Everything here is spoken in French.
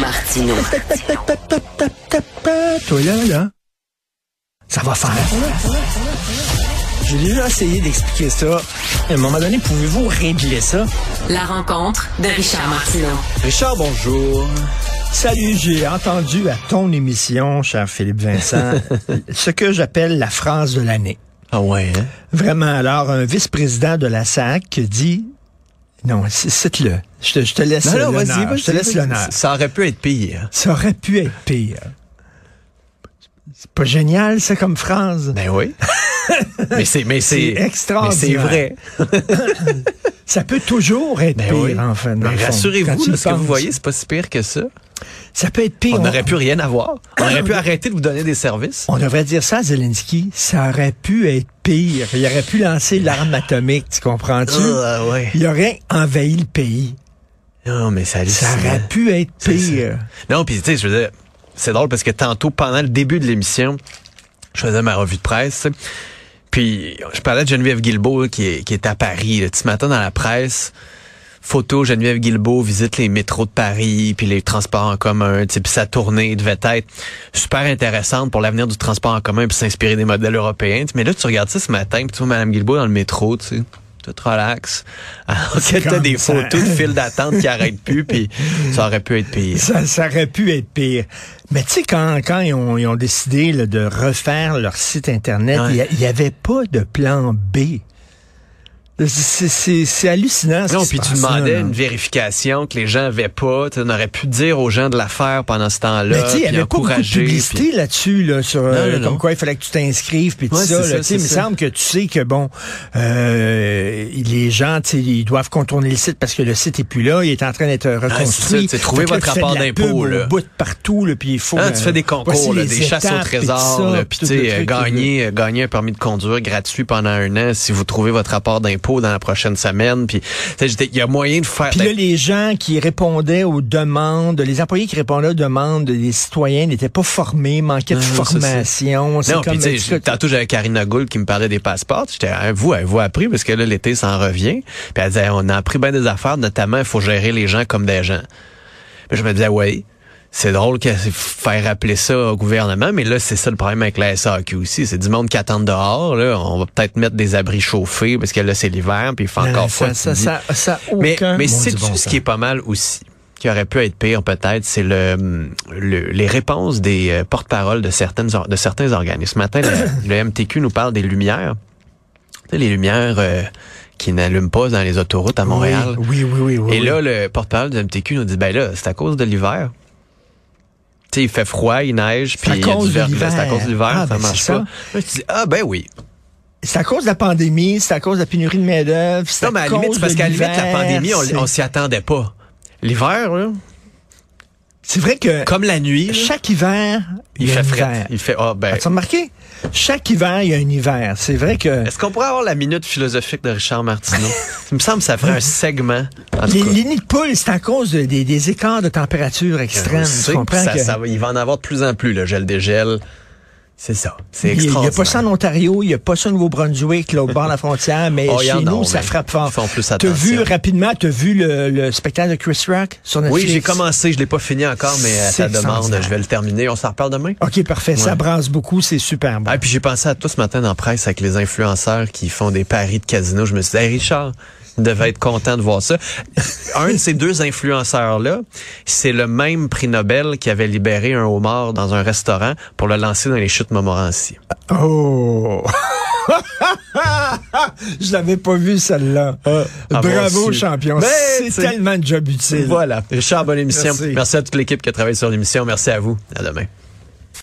Martino. Toi là, là, ça va faire. J'ai déjà essayé d'expliquer ça. À un moment donné, pouvez-vous régler ça? La rencontre de Richard Martineau. Richard, bonjour. Ben Salut, j'ai entendu à ton émission, cher Philippe Vincent, ce que j'appelle la phrase de l'année. Ah ouais, hein? Vraiment, alors, un vice-président de la SAC dit... Non, c- cite-le. Je te, je te laisse Non, non, l'honneur. vas-y, vas-y. Je te laisse vas-y. l'honneur. Ça aurait pu être pire. Ça aurait pu être pire. C'est pas génial, ça, comme phrase. Ben oui. mais c'est mais C'est c'est extraordinaire. mais C'est vrai. Ça peut toujours être Ben pire, oui. en fait. dans le Mais fond, quand rassurez-vous, tu là, y ce que vous penses. voyez, c'est pas si pire que ça. Ça peut être pire. On n'aurait pu rien avoir. On aurait pu arrêter de vous donner des services. on devrait dire ça à Zelensky. Ça aurait pu être pire. Il aurait pu lancer l'arme atomique, tu comprends-tu? Ah, ouais. Il aurait envahi le pays. Non, mais c'est Ça hallucinant. aurait pu être C'est- pire. c'est- Non, puis tu sais, je veux dire, c'est drôle parce que tantôt, pendant le début de l'émission, je faisais ma revue de presse. Puis je parlais de Geneviève Guilbeault là, qui est, qui est à Paris. Là. Ce matin, dans la presse, photo Geneviève Guilbeault visite les métros de Paris, puis les transports en commun. tu sais, Puis sa tournée devait être super intéressante pour l'avenir du transport en commun puis s'inspirer des modèles européens. tu sais. Mais là, tu regardes ça ce matin, puis tu vois Mme Guilbeault dans le métro, tu sais. Tout relax. Alors que t'as comme des ça. photos de files d'attente qui arrêtent plus, puis ça aurait pu être pire. Ça, ça aurait pu être pire. Mais tu sais, quand, quand ils, ont, ils ont décidé là, de refaire leur site Internet, Ouais. il n'y avait pas de plan B. C'est- C'est c'est hallucinant. ce Non, qui puis se tu passe, là, demandais là. une vérification que les gens avaient pas. Tu aurais pu dire aux gens de la faire pendant ce temps-là. Mais tu sais, il n'y puis avait pas beaucoup de encourager, publicité puis- là-dessus, là, sur euh, non, non. comme quoi il fallait que tu t'inscrives, puis tout Ouais, ça. là. c'est ça, Tu sais, c'est il me ça. semble que tu sais que, bon, euh, les gens, tu sais, ils doivent contourner le site parce que le site est plus là, il est en train d'être Ah, c'est reconstruit. ça, tu sais, Fait trouvez que là, votre tu fais de rapport la d'impôt, pub au là. bout de partout, là, puis il faut... Hein, tu euh, fais des voici concours, là, les des chasses au étapes, puis tout ça, trésor, là, puis tout tu le sais, truc, euh, gagner, euh, gagner un permis de conduire gratuit pendant un an si vous trouvez votre rapport d'impôt dans la prochaine semaine. Puis tu sais, j'étais- il y a moyen de faire. Puis là, les gens qui répondaient aux demandes, les employés qui répondaient aux demandes des citoyens n'étaient pas formés, manquaient de Ah, Non, non, ça, c'est- formation. C'est non, comme- puis tu sais, tantôt j'avais Karina Gould qui me parlait des passeports. J'étais, hein, vous, avez-vous appris parce que là l'été ça en revient. Puis elle disait, on a appris bien des affaires, notamment il faut gérer les gens comme des gens. Puis je me disais, ouais, c'est drôle que faire appeler ça au gouvernement, mais là c'est ça le problème avec la SAQ aussi, c'est du monde qui attend dehors. Là, on va peut-être mettre des abris chauffés parce que là c'est l'hiver, puis il fait encore Non, froid. ça, tu ça, ça, dis. ça, Mais, aucun- mais Mon sais-tu Dieu, bon ce sang. qui est pas mal aussi, qui aurait pu être pire peut-être, c'est le, hum, le- les réponses des euh, porte-paroles de, certaines or- de certains organismes. Ce matin, le, le MTQ nous parle des lumières. Tu sais, les lumières euh, qui n'allument pas dans les autoroutes à Montréal. Oui, oui, oui. oui Et là, le porte-parole du MTQ nous dit, ben là, c'est à cause de l'hiver. Tu sais, il fait froid, il neige, puis à il y a cause de du verglas, c'est à l'hiver. cause de l'hiver, Ah, ça ben, marche c'est ça. pas. Là, tu dis, ah ben oui. c'est à cause de la pandémie, c'est à cause de la pénurie de main-d'œuvre. Non, mais à la limite, c'est parce qu'à la limite, la pandémie, on, on s'y attendait pas. L'hiver, là, C'est vrai que comme la nuit, là, chaque hiver, il y a fait un fret. hiver. Il fait, ah ben, As-tu remarqué? Chaque hiver, il y a un hiver. C'est vrai que est-ce qu'on pourrait avoir la minute philosophique de Richard Martineau? il me semble que ça ferait un segment, en les, tout cas. les nids de poules, c'est à cause de- des, des écarts de température On le extrêmes. sait, Tu comprends ça- que ça va- il va en avoir de plus en plus, le gel dégel. C'est ça. C'est il n'y a extraordinaire. pas ça en Ontario, il n'y a pas ça au Nouveau-Brunswick, là, au bord de la frontière, mais Oh, il y en chez a, nous, mais ça frappe fort. ils font plus T'as vu attention. rapidement, t'as vu le, le spectacle de Chris Rock sur Netflix? Oui, j'ai commencé, je l'ai pas fini encore, mais à C'est ta demande, extraordinaire. je vais le terminer. On s'en reparle demain? OK, parfait. Ça Ouais. brasse beaucoup, c'est super bon. Ah, puis j'ai pensé à toi ce matin en presse avec les influenceurs qui font des paris de casino. Je me suis dit, Hey, Richard devait être content de voir ça. un de ces deux influenceurs-là, c'est le même prix Nobel qui avait libéré un homard dans un restaurant pour le lancer dans les chutes Montmorency. Oh! Je l'avais pas vu celle-là. ah, moi Bravo, aussi. champion. Ben, c'est t'sais. tellement de job utile. Voilà. Richard, bonne émission. Merci. Merci à toute l'équipe qui a travaillé sur l'émission. Merci à vous. À demain.